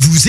Vous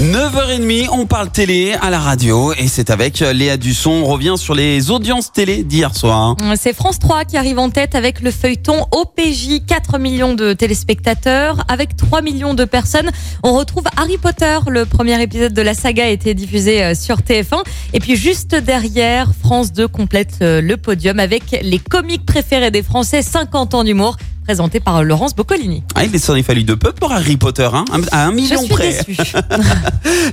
9h30, on parle télé à la radio et c'est avec Léa Dusson. On revient sur les audiences télé d'hier soir. C'est France 3 qui arrive en tête avec le feuilleton OPJ, 4 millions de téléspectateurs, avec 3 millions de personnes. On retrouve Harry Potter, le premier épisode de la saga a été diffusé euh, sur TF1. Et puis juste derrière, France 2 complète euh, le podium avec les comiques préférés des Français, 50 ans d'humour, présenté par euh, Laurence Boccolini. Ah, il s'en est fallu de peu pour Harry Potter, hein, à un Je million suis près. déçue.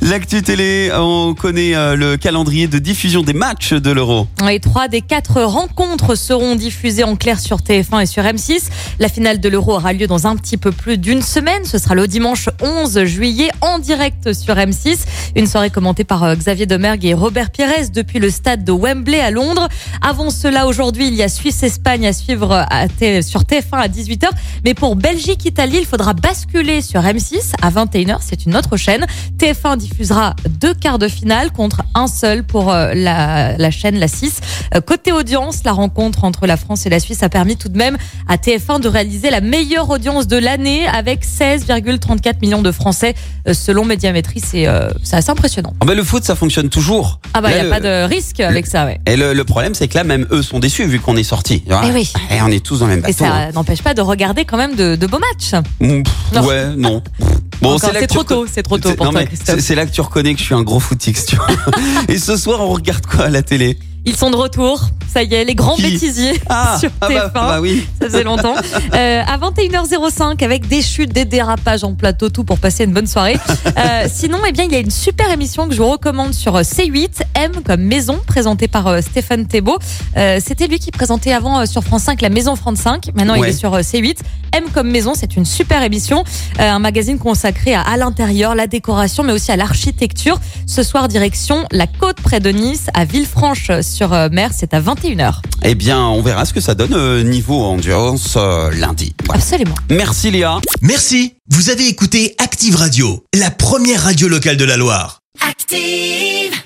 L'actu télé, on connaît euh, le calendrier de diffusion des matchs de l'Euro. Hein. Et trois des quatre rencontres seront diffusées en clair sur TF1 et sur M6. La finale de l'Euro aura lieu dans un petit peu plus d'une semaine. Ce sera le dimanche 11 juillet en direct sur M6. Une soirée commentée par euh, Xavier Domergue et Robert Pires depuis le stade de Wembley à Londres. Avant cela, aujourd'hui, il y a Suisse-Espagne à suivre euh, à T- sur TF1 à 18h. Mais pour Belgique-Italie, il faudra basculer sur M6 à 21h. C'est une autre chaîne. TF1 diffusera deux quarts de finale contre un seul pour euh, la, la chaîne, la 6. Euh, Côté audience, la rencontre entre la France et la Suisse a permis tout de même à TF1 de réaliser la meilleure audience de l'année avec 16,34 millions de Français euh, selon Médiamétrie. C'est euh, c'est assez impressionnant. Ah bah, le foot, ça fonctionne toujours. Ah bah, il Là, n'y a le- pas de risque avec ça, ouais. Et le, le problème, c'est que là, même eux sont déçus vu qu'on est sortis. Eh oui. Et on est tous dans le même Et bateau. hein. ça n'empêche pas de regarder quand même de, de beaux matchs. Mm, pff, Non. Ouais, non. Bon, Encore, là c'est que tu trop tôt, c'est trop tôt C'est- pour non, toi, mais Christophe. c'est- C'est là que tu reconnais que je suis un gros footix, tu vois. Et ce soir, on regarde quoi à la télé Ils sont de retour. Ça y est, les grands Qui bêtisiers sur ah bah, TF1. bah oui. Ça faisait longtemps. Euh, à 21h05, avec des chutes, des dérapages en plateau, tout pour passer une bonne soirée. Euh, sinon, eh bien, il y a une super émission que je vous recommande sur euh, C8, M comme Maison, présentée par euh, Stéphane Thébault. Euh, C'était lui qui présentait avant euh, sur France 5 la Maison France 5. Maintenant, il Ouais. est sur euh, C8. M comme Maison, c'est une super émission. Euh, un magazine consacré à, à l'intérieur, la décoration, mais aussi à l'architecture. Ce soir, direction la côte près de Nice, à Villefranche-sur-Mer. C'est à 21h. Eh bien, on verra ce que ça donne euh, niveau endurance euh, lundi. Voilà. Absolument. Merci Léa. Merci. Vous avez écouté Active Radio, la première radio locale de la Loire. Active.